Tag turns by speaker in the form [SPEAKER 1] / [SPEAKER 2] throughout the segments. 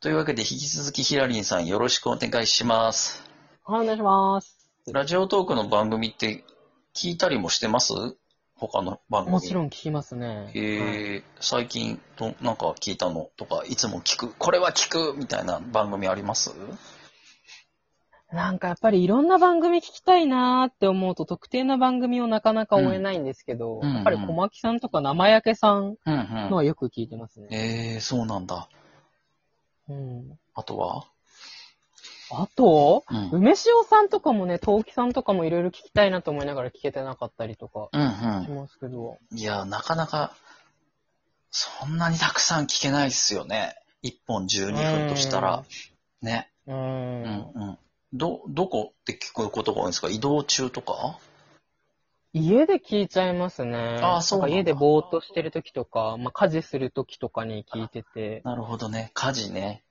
[SPEAKER 1] というわけで、引き続きヒラリンさんよろしくお願いします。
[SPEAKER 2] はい、お願いします。
[SPEAKER 1] ラジオトークの番組って聞いたりもしてます他の番組。
[SPEAKER 2] もちろ
[SPEAKER 1] ん。
[SPEAKER 2] ん聞きますね。
[SPEAKER 1] えー最近ど、なんか聞いたのとか、いつも聞く、これは聞くみたいな番組あります
[SPEAKER 2] はいなんかやっぱりいろんな番組聞きたいなーって思うと特定な番組をなかなか追えないんですけど、
[SPEAKER 1] うんうん
[SPEAKER 2] やっぱり小牧さんとか生焼けさん
[SPEAKER 1] うんうん。
[SPEAKER 2] のはよく聞いてますね。
[SPEAKER 1] えー、そうなんだ。
[SPEAKER 2] うん、
[SPEAKER 1] あとは
[SPEAKER 2] あと、
[SPEAKER 1] うん。うん
[SPEAKER 2] 梅塩さんとかもね、陶器さんとかもいろいろ聞きたいなと思いながら聞けてなかったりとか
[SPEAKER 1] うん
[SPEAKER 2] し。ますけど、
[SPEAKER 1] いや、なかなか、そんなにたくさん聞けないっすよね。1本12分としたら。ね。
[SPEAKER 2] う
[SPEAKER 1] うん
[SPEAKER 2] ん、
[SPEAKER 1] うん。ど、どこって聞くことが多いんですか移動中とか
[SPEAKER 2] 家で聞いちゃいますね。
[SPEAKER 1] あーそうなんだ
[SPEAKER 2] なんか家でぼーっとしてる時とか、まあ、家事する時とかに聞いてて。
[SPEAKER 1] なるほどね。家事ね。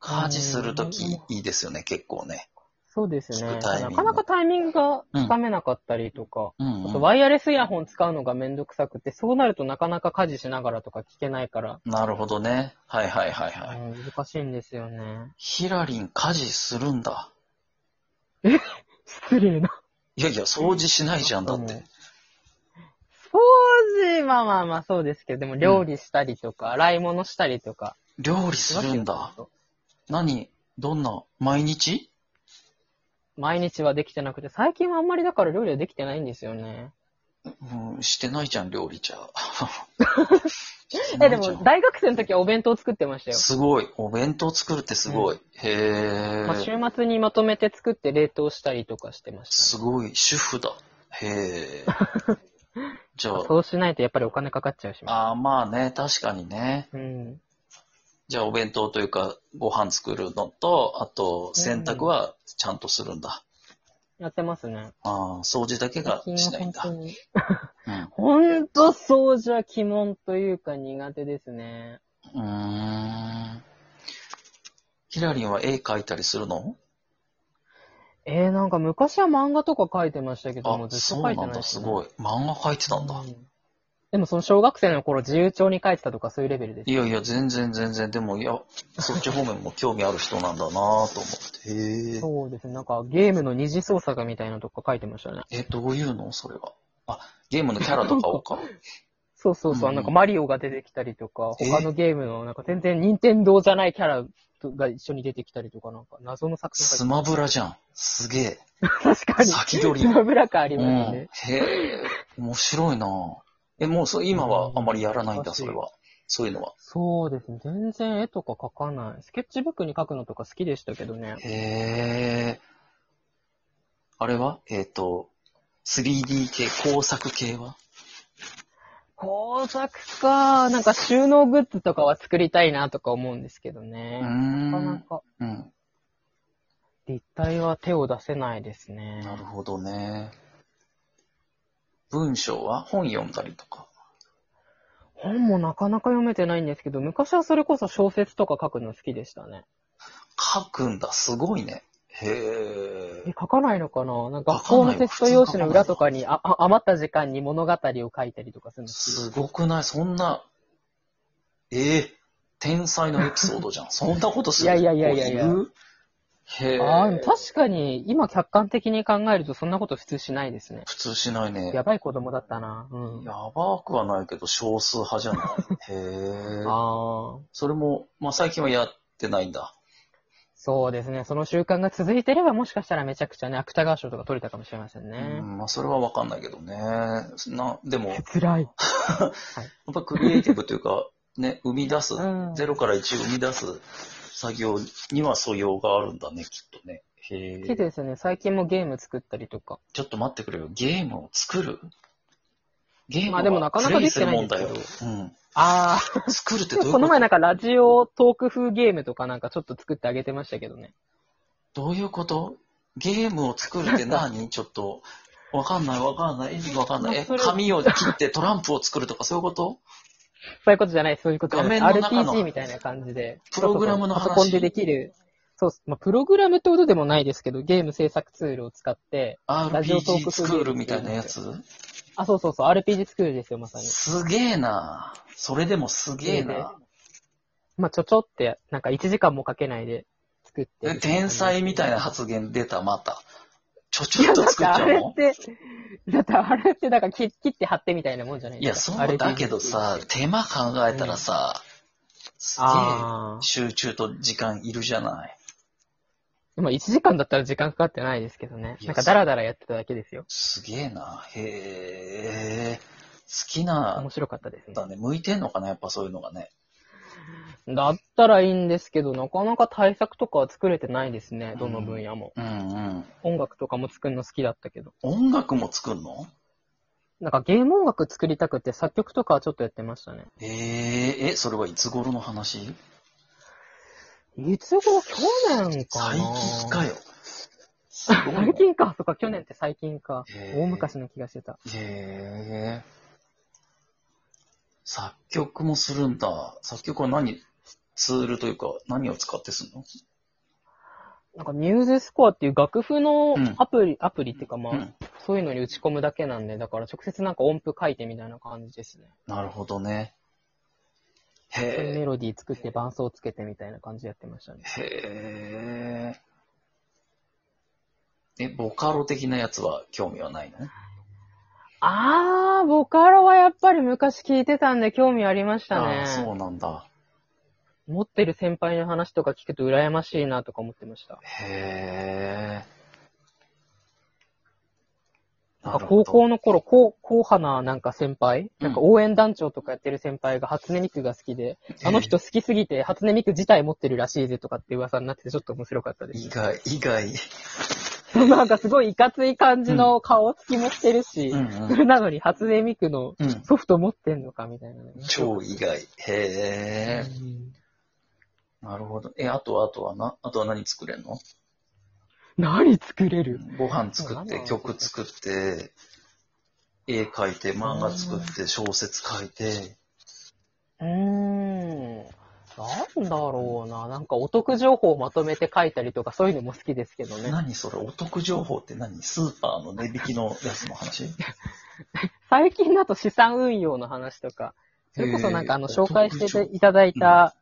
[SPEAKER 1] 家事するとき
[SPEAKER 2] うん
[SPEAKER 1] いいですよね、結構ね。
[SPEAKER 2] そうですね
[SPEAKER 1] 聞くタイミン。グ
[SPEAKER 2] なかなかタイミングがつかめなかったりとか、
[SPEAKER 1] うん、
[SPEAKER 2] あ
[SPEAKER 1] う
[SPEAKER 2] と
[SPEAKER 1] ん。
[SPEAKER 2] ワイヤレスイヤホン使うのがめんどくさくて、そうなるとなかなか家事しながらとか聞けないから、
[SPEAKER 1] なるほどね。はいはいはいはい。
[SPEAKER 2] うん難しいんですよね。
[SPEAKER 1] ヒラリン家事するんだ。
[SPEAKER 2] 失礼な。
[SPEAKER 1] いやいや、掃除しないじゃんだっ
[SPEAKER 2] うん
[SPEAKER 1] て。
[SPEAKER 2] 掃除、まあまあまあそうですけど、でも料理したりとか、洗い物したりとか。
[SPEAKER 1] 料理するんだ。。何どんな毎日
[SPEAKER 2] 毎日はできてなくて、最近はあんまりだから料理はできてないんですよね。
[SPEAKER 1] うん、してないじゃん、料理じゃ。 してな
[SPEAKER 2] え、で
[SPEAKER 1] いじゃん
[SPEAKER 2] も大学生の時はお弁当作ってましたよ。
[SPEAKER 1] すごい。お弁当作るってすごい。へ
[SPEAKER 2] まあ、週
[SPEAKER 1] え。
[SPEAKER 2] 末にまとめて作って冷凍したりとかしてましたね。
[SPEAKER 1] すごい。主婦だ。 へえ。じゃあ、
[SPEAKER 2] そうしないとやっぱりお金かかっちゃうし。
[SPEAKER 1] あーまあね、確かにね。
[SPEAKER 2] うん。
[SPEAKER 1] じゃあ、お弁当というか、ご飯作るのと、あと、洗濯はちゃんとするんだ。
[SPEAKER 2] やってますね。
[SPEAKER 1] ああ、掃除だけがしないん
[SPEAKER 2] 本
[SPEAKER 1] だ
[SPEAKER 2] 当。に。
[SPEAKER 1] うん
[SPEAKER 2] 本当掃除は鬼門というか苦手ですね。
[SPEAKER 1] うーん。ヒラリンは絵描いたりするの
[SPEAKER 2] えー、なんか昔は漫画とか書いてましたけど、も
[SPEAKER 1] あ
[SPEAKER 2] う、ずっ
[SPEAKER 1] そ
[SPEAKER 2] と
[SPEAKER 1] う
[SPEAKER 2] 書いて
[SPEAKER 1] な
[SPEAKER 2] ない
[SPEAKER 1] んだ、す
[SPEAKER 2] い。
[SPEAKER 1] ごい。漫画描いてたんだ。
[SPEAKER 2] うんでもその小学生の頃、自由帳に書いてたとかそういうレベルです。
[SPEAKER 1] いやいや、全然全然。でも、いや、そっち方面も興味ある人なんだなぁと思って。へえ。
[SPEAKER 2] そうですね。なんかゲームの二次創作みたいなのとか書いてましたね。
[SPEAKER 1] え、どういうのそれは。あ、ゲームのキャラとかを か。
[SPEAKER 2] そうそうそう。
[SPEAKER 1] うん
[SPEAKER 2] なんかマリオが出てきたりとか、
[SPEAKER 1] え
[SPEAKER 2] 他のゲームのなんか全然任天堂じゃないキャラが一緒に出てきたりとか、なんか謎の作品書いて
[SPEAKER 1] スマブラじゃん。すげえ。
[SPEAKER 2] 確かに。
[SPEAKER 1] 先取り
[SPEAKER 2] スマブラ感あり
[SPEAKER 1] うん。
[SPEAKER 2] ますね
[SPEAKER 1] へ。え、面白いなぁえ、もうそう、今はあまりやらないん
[SPEAKER 2] う
[SPEAKER 1] だ、
[SPEAKER 2] ん
[SPEAKER 1] それは。そういうのは。
[SPEAKER 2] そうですね。全然絵とか描かない。スケッチブックに描くのとか好きでしたけどね。
[SPEAKER 1] へえ。あれはえっ、と、3D 系、工作系は
[SPEAKER 2] 工作か、なんか収納グッズとかは作りたいなとか思うんですけど
[SPEAKER 1] うー
[SPEAKER 2] ね。なかなん
[SPEAKER 1] ん。
[SPEAKER 2] か
[SPEAKER 1] うん。
[SPEAKER 2] 立体は手を出せないですね。
[SPEAKER 1] なるほどね。文章は本読んだりとか。
[SPEAKER 2] 本もなかなか読めてないんですけど、昔はそれこそ小説とか書くの好きでしたね。
[SPEAKER 1] 書くんだ、すごいね。へ
[SPEAKER 2] え
[SPEAKER 1] え。
[SPEAKER 2] 書かないのかななんか学
[SPEAKER 1] 書かな
[SPEAKER 2] 校の
[SPEAKER 1] いよ
[SPEAKER 2] テスト用紙の裏とかにああ余った時間に物語を書いたりとかするの好きです
[SPEAKER 1] すごくないそんな、ええ天才のエピソード じゃん。そんなことする
[SPEAKER 2] いやいやいやいやいや
[SPEAKER 1] 子るへえ。
[SPEAKER 2] ああ、でも確かに、今客観的に考えるとそんなこと普通しないですね。
[SPEAKER 1] 普通しないね。
[SPEAKER 2] や
[SPEAKER 1] や
[SPEAKER 2] ばい子供だったな。うん。あ
[SPEAKER 1] ばくはないけど、少数派 じゃない。へえ。
[SPEAKER 2] あ。
[SPEAKER 1] それも、まあ最近はやってないんだ。
[SPEAKER 2] そうですね。その習慣が続いてれば、もしかしたらめちゃくちゃね、芥川賞とか取れたかもしれません
[SPEAKER 1] う
[SPEAKER 2] ね。
[SPEAKER 1] ん、まあそれはわかんないけどね。な、でも、やっ
[SPEAKER 2] 辛い。
[SPEAKER 1] ぱクリエイティブというか、ね、生み出す、
[SPEAKER 2] うん。
[SPEAKER 1] ゼロから1生み出す作業には素養があるんだね、きっとね。へ
[SPEAKER 2] 好き
[SPEAKER 1] え。
[SPEAKER 2] ですね。最近もゲーム作ったりとか。
[SPEAKER 1] ちょっと待ってくれよ。ゲームを作るゲーム
[SPEAKER 2] まあでもなかなかできてないん
[SPEAKER 1] んだ
[SPEAKER 2] ですけ
[SPEAKER 1] よ
[SPEAKER 2] ど。
[SPEAKER 1] うん。
[SPEAKER 2] あ
[SPEAKER 1] 作るって
[SPEAKER 2] あ。
[SPEAKER 1] どういう
[SPEAKER 2] この
[SPEAKER 1] こ
[SPEAKER 2] 前
[SPEAKER 1] と
[SPEAKER 2] なんかラジオトーク風ゲームとかなんかちょっと作ってあげてましたけどね。
[SPEAKER 1] どういうことゲームを作るって 何ちょっと、わかんないわかんない。意味わかんない。え、
[SPEAKER 2] それ
[SPEAKER 1] 紙を切ってトランプを作るとかそういうこと
[SPEAKER 2] そういうことじゃない、そういうことじゃない。
[SPEAKER 1] 画面の中の
[SPEAKER 2] RPG みたいな感じで。
[SPEAKER 1] プログラムの話
[SPEAKER 2] パソコンでできる。そうっす、まあ、プログラムってことでもないですけど、ゲーム制作ツールを使って、ラジオトー
[SPEAKER 1] ?RPG
[SPEAKER 2] ク
[SPEAKER 1] ス
[SPEAKER 2] ス
[SPEAKER 1] クールみたいなやつ
[SPEAKER 2] あ、そうそうそう、RPG スクールですよ、まさに。
[SPEAKER 1] すげえなそれでもすげえな
[SPEAKER 2] まあ、ちょちょって、なんか1時間もかけないで作って。
[SPEAKER 1] 天才みたいな発言出た、また。ちょ
[SPEAKER 2] い
[SPEAKER 1] ちょ
[SPEAKER 2] や、
[SPEAKER 1] っ
[SPEAKER 2] だっ
[SPEAKER 1] と作
[SPEAKER 2] て
[SPEAKER 1] っ
[SPEAKER 2] あ
[SPEAKER 1] ちゃう
[SPEAKER 2] れ
[SPEAKER 1] の
[SPEAKER 2] って、だってあれって、なんか切切って貼ってみたいなもんじゃない
[SPEAKER 1] いや、そうだけどさ、手間考えたらさ、すげえ
[SPEAKER 2] ああ。
[SPEAKER 1] 集中と時間いるじゃない。
[SPEAKER 2] まあ、1時間だったら時間かかってないですけどね。
[SPEAKER 1] いや
[SPEAKER 2] なんかダラダラやってただけですよ。
[SPEAKER 1] すげえな。へえ。好きな
[SPEAKER 2] 面、白かったですね。
[SPEAKER 1] だね。向いてんのかなやっぱそういうのがね。
[SPEAKER 2] だったらいいんですけど、なかなか対策とかは作れてないですね。どの分野も。
[SPEAKER 1] うんうん。
[SPEAKER 2] 音楽とかも作るの好きだったけど。
[SPEAKER 1] 音楽も作んの
[SPEAKER 2] なんかゲーム音楽作りたくて作曲とかはちょっとやってましたね。
[SPEAKER 1] ええ、え、それはいつ頃の話
[SPEAKER 2] いつ頃去年か
[SPEAKER 1] 最
[SPEAKER 2] な
[SPEAKER 1] 近かよ。すごい
[SPEAKER 2] 最近か。そっか、去年って最近か。
[SPEAKER 1] へー
[SPEAKER 2] 大昔の気がしてた。
[SPEAKER 1] へえ。作曲もするんだ。作曲は何、ツールというか、何を使ってするの
[SPEAKER 2] なんかミューズスコアっていう楽譜の
[SPEAKER 1] うん
[SPEAKER 2] アプリ、アプリっていうかまあ、
[SPEAKER 1] うん。
[SPEAKER 2] そういうのに打ち込むだけなんで、だから直接なんか音符書いてみたいな感じですね。
[SPEAKER 1] なるほどね。へ
[SPEAKER 2] メロディー作って伴奏つけてみたいな感じでやってましたね。
[SPEAKER 1] え。へえ。え、ボカロ的なやつは興味はないの
[SPEAKER 2] あー、ボカロはやっぱり昔聞いてたんで興味ありました
[SPEAKER 1] あ
[SPEAKER 2] ね
[SPEAKER 1] あ、。そうなんだ。
[SPEAKER 2] 持ってる先輩の話とか聞くと羨ましいなとか思ってました。
[SPEAKER 1] へえ。
[SPEAKER 2] なん
[SPEAKER 1] な
[SPEAKER 2] か
[SPEAKER 1] るほ
[SPEAKER 2] 高
[SPEAKER 1] ど
[SPEAKER 2] 校の頃、こう、こうはななんか先輩、
[SPEAKER 1] うん
[SPEAKER 2] なんか応援団長とかやってる先輩が初音ミクが好きで、あの人好きすぎて初音ミク自体持ってるらしいぜとかって噂になっててちょっと面白かったで
[SPEAKER 1] 意
[SPEAKER 2] す。
[SPEAKER 1] 外、意外。
[SPEAKER 2] なんかすごいいかつい感じの顔つきもしてるし、
[SPEAKER 1] うん
[SPEAKER 2] それなのに初音ミクの
[SPEAKER 1] うん。うん。
[SPEAKER 2] ソフト持ってんのかみたいなね。
[SPEAKER 1] 超意外。へえ。
[SPEAKER 2] うん
[SPEAKER 1] なるほど。え、あと、あとはな、あとは何作れんの
[SPEAKER 2] 何作れる
[SPEAKER 1] ご飯作っ
[SPEAKER 2] そう
[SPEAKER 1] て、
[SPEAKER 2] なんだ
[SPEAKER 1] 曲作って、絵描いて、漫画作って、小説書いて。
[SPEAKER 2] うーん。なんだろうな。なんかお得情報をまとめて書いたりとかそういうのも好きですけどね。
[SPEAKER 1] 何それ、お得情報って何スーパーの値引きのやつの話
[SPEAKER 2] 最近だと資産運用の話とか、それこそなんかあの
[SPEAKER 1] へー
[SPEAKER 2] 紹介していただいた、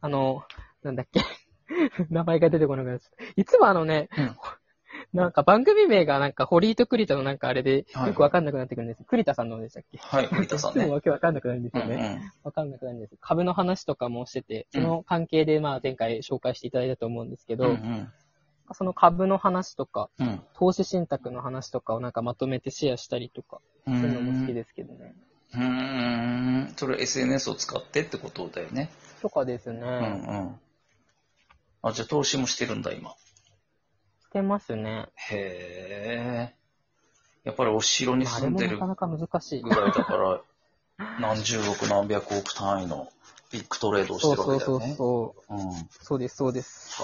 [SPEAKER 2] あの、なんだっけ。 名前が出てこなくなっちゃった。いつもあのね、
[SPEAKER 1] うん
[SPEAKER 2] なんか番組名がなんか堀井と栗田のなんかあれで
[SPEAKER 1] はい
[SPEAKER 2] よくわかんなくなってくるんです。栗田さんのでしたっけ
[SPEAKER 1] はい、森田さん
[SPEAKER 2] いつも
[SPEAKER 1] ね。
[SPEAKER 2] わけわかんなくなるんです
[SPEAKER 1] うん
[SPEAKER 2] よ
[SPEAKER 1] う
[SPEAKER 2] ね。
[SPEAKER 1] ん。
[SPEAKER 2] わかんなくなるんです。株の話とかもしてて、その関係でまあ前回紹介していただいたと思うんですけ
[SPEAKER 1] う
[SPEAKER 2] ど、
[SPEAKER 1] んうん。
[SPEAKER 2] その株の話とか、
[SPEAKER 1] うん。
[SPEAKER 2] 投資信託の話とかをなんかまとめてシェアしたりとか、
[SPEAKER 1] う
[SPEAKER 2] そういうのも好き
[SPEAKER 1] ん
[SPEAKER 2] ですけどね。
[SPEAKER 1] うーん。それ SNS を使ってってことだよね。
[SPEAKER 2] とかですね。
[SPEAKER 1] うんうん。あ、じゃあ投資もしてるんだ、今。
[SPEAKER 2] してますね。
[SPEAKER 1] へえ。やっぱりお城に
[SPEAKER 2] まあ、あれ
[SPEAKER 1] 住ん
[SPEAKER 2] も
[SPEAKER 1] で
[SPEAKER 2] な
[SPEAKER 1] る
[SPEAKER 2] かなか難しい
[SPEAKER 1] ぐ。らいだ から、何十億何百億単位のビッグトレードをして
[SPEAKER 2] そう
[SPEAKER 1] る
[SPEAKER 2] そ
[SPEAKER 1] わ
[SPEAKER 2] う
[SPEAKER 1] けだよ
[SPEAKER 2] そう
[SPEAKER 1] ね。
[SPEAKER 2] そう。
[SPEAKER 1] うんは
[SPEAKER 2] そうです、そうです。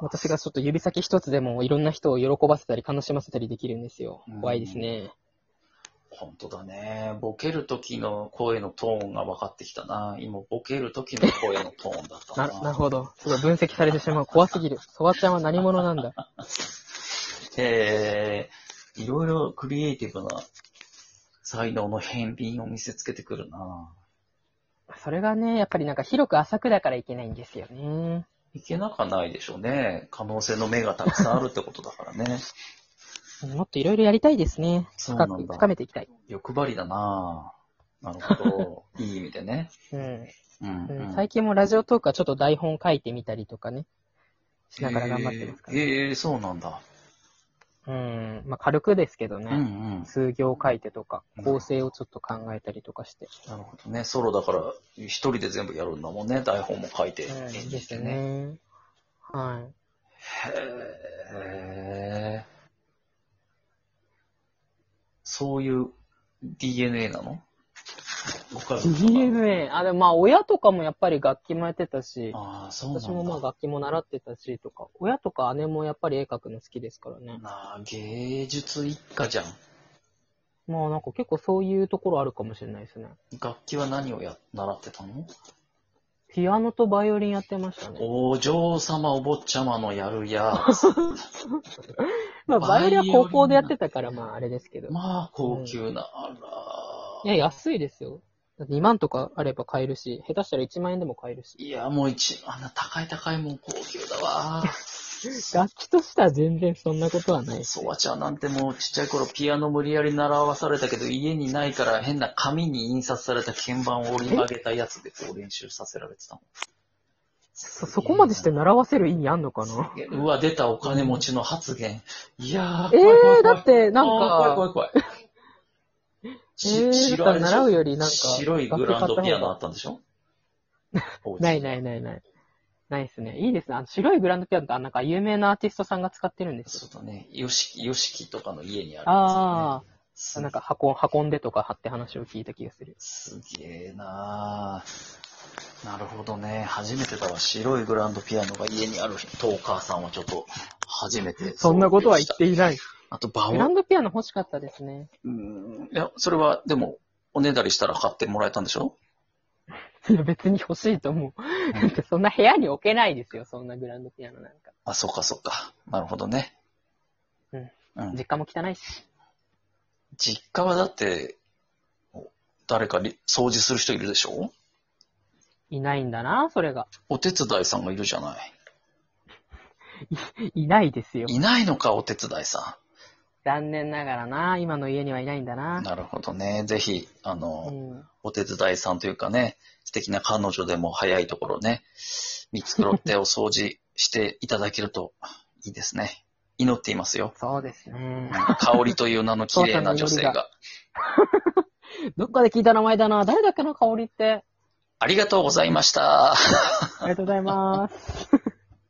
[SPEAKER 2] 私がちょっと指先一つでもいろんな人を喜ばせたり悲しませたりできるんですよ
[SPEAKER 1] うん。
[SPEAKER 2] 怖いですね。
[SPEAKER 1] あ本当だね。ボケる時の声のトーンが分かってきたな。今、ボケる時の声のトーンだった
[SPEAKER 2] な
[SPEAKER 1] な。
[SPEAKER 2] なるほど。すごい分析されてしまう。怖すぎる。ソワちゃんは何者なんだ。
[SPEAKER 1] へえ。いろいろクリエイティブな才能の片鱗を見せつけてくるな。
[SPEAKER 2] それがね、やっぱりなんか広く浅くだからいけないんですよね。
[SPEAKER 1] いけなかないでしょうね。可能性の目がたくさんあるってことだからね。
[SPEAKER 2] もっといろいろやりたいですね。
[SPEAKER 1] そうな
[SPEAKER 2] 深
[SPEAKER 1] んだ
[SPEAKER 2] く、深めていきたい。
[SPEAKER 1] 欲張りだな。なる ほど。いい意味でね。
[SPEAKER 2] うん。
[SPEAKER 1] うん
[SPEAKER 2] う
[SPEAKER 1] うんん、
[SPEAKER 2] 最近もラジオトークはちょっと台本書いてみたりとかね、しながら頑張ってますから、
[SPEAKER 1] え
[SPEAKER 2] ね
[SPEAKER 1] ーえーそうなんだ。
[SPEAKER 2] うん。まあ軽くですけど
[SPEAKER 1] うんう
[SPEAKER 2] ね、
[SPEAKER 1] ん。
[SPEAKER 2] 数行書いてとか、構成をちょっと考えたりとかして。
[SPEAKER 1] なるほどね。ソロだから、一人で全部やるんだもんね。台本も書いて、
[SPEAKER 2] うん、
[SPEAKER 1] 演
[SPEAKER 2] で
[SPEAKER 1] じ
[SPEAKER 2] す
[SPEAKER 1] てね。
[SPEAKER 2] ね。はい。
[SPEAKER 1] へえ。そういう DNA なのご家族とか
[SPEAKER 2] DNA、あ、でもまあ親とかもやっぱり楽器もやってたし、
[SPEAKER 1] ああ、そうなんだ。
[SPEAKER 2] 私もまあ楽器も習ってたしとか、親とか姉もやっぱり絵描くの好きですからね。
[SPEAKER 1] なあ、芸術一家じゃん。
[SPEAKER 2] まあなんか結構そういうところあるかもしれないですね。
[SPEAKER 1] 楽器は何をや、習ってたの
[SPEAKER 2] ピアノとバイオリンやってましたね。
[SPEAKER 1] お嬢様、お坊ちゃまのやるや つ。
[SPEAKER 2] まあバイオリンは高校でやってたから
[SPEAKER 1] バイオリン
[SPEAKER 2] まああれですけど。
[SPEAKER 1] まあ、高級な、あ
[SPEAKER 2] い
[SPEAKER 1] ら。
[SPEAKER 2] や、安いですよ。だって2万とかあれば買えるし、下手したら1万円でも買えるし。
[SPEAKER 1] いや、もう一、あんな高い高いもん高級だわ。
[SPEAKER 2] 楽器としては全然そんなことはないし。
[SPEAKER 1] ソワちゃんなんてもうちっちゃい頃ピアノ無理やり習わされたけど家にないから変な紙に印刷された鍵盤を折り曲げたやつでこう練習させられてたもん。
[SPEAKER 2] そ、そこまでして習わせる意味あんのかな
[SPEAKER 1] うわ、出たお金持ちの発言。いやー、
[SPEAKER 2] え
[SPEAKER 1] 怖い怖い怖い
[SPEAKER 2] ー、だってなん
[SPEAKER 1] あー
[SPEAKER 2] か、
[SPEAKER 1] 怖い怖い怖い。
[SPEAKER 2] え
[SPEAKER 1] し
[SPEAKER 2] ー、だから習うよりなんか、
[SPEAKER 1] 白いグランドピアノあったんでし ょ。
[SPEAKER 2] ないないいないない。ないですね。いいですね。あの白いグランドピアノってあのなんか有名なアーティストさんが使ってるんです
[SPEAKER 1] そ
[SPEAKER 2] よ。
[SPEAKER 1] うだね。よしき、よしきとかの家にある
[SPEAKER 2] あ
[SPEAKER 1] やつ
[SPEAKER 2] あ、
[SPEAKER 1] ね
[SPEAKER 2] なんか運ん運んでとか貼って話を聞いた気がする。
[SPEAKER 1] すげえなあなるほどね。初めてだわ。白いグランドピアノが家にあるトーカーさんはちょっと、初めて。
[SPEAKER 2] そんなことは言っていない。
[SPEAKER 1] あと、バオ
[SPEAKER 2] グランドピアノ欲しかったですね。
[SPEAKER 1] うん。いや、それは、でも、おねだりしたら買ってもらえたんでしょ
[SPEAKER 2] いや、 別に欲しいと思う。だってそんな部屋に置けないですよ、そんなグランドピアノなんか。
[SPEAKER 1] あ、そっかそっか。なるほどね。
[SPEAKER 2] うん。
[SPEAKER 1] うん。
[SPEAKER 2] 実家も汚いし。
[SPEAKER 1] 実家はだって、お誰かに掃除する人いるでしょ
[SPEAKER 2] いないんだな、それが。
[SPEAKER 1] お手伝いさんがいるじゃない。
[SPEAKER 2] いないですよ。
[SPEAKER 1] いないのか、お手伝いさ
[SPEAKER 2] 残念ながらな、今の家にはいないんだ
[SPEAKER 1] ん。
[SPEAKER 2] な。
[SPEAKER 1] なるほどね。ぜひ、あの、
[SPEAKER 2] うん。
[SPEAKER 1] お手伝いさんというかね、素敵な彼女でも早いところね、見繕ってお掃除していただけるといいですね。祈っていますよ。
[SPEAKER 2] そうですね。
[SPEAKER 1] 香りという名の綺麗な女性が。
[SPEAKER 2] どっかで聞いた名前だな。誰だっけの香りって。
[SPEAKER 1] ありがとうございました。
[SPEAKER 2] ありがとうございます。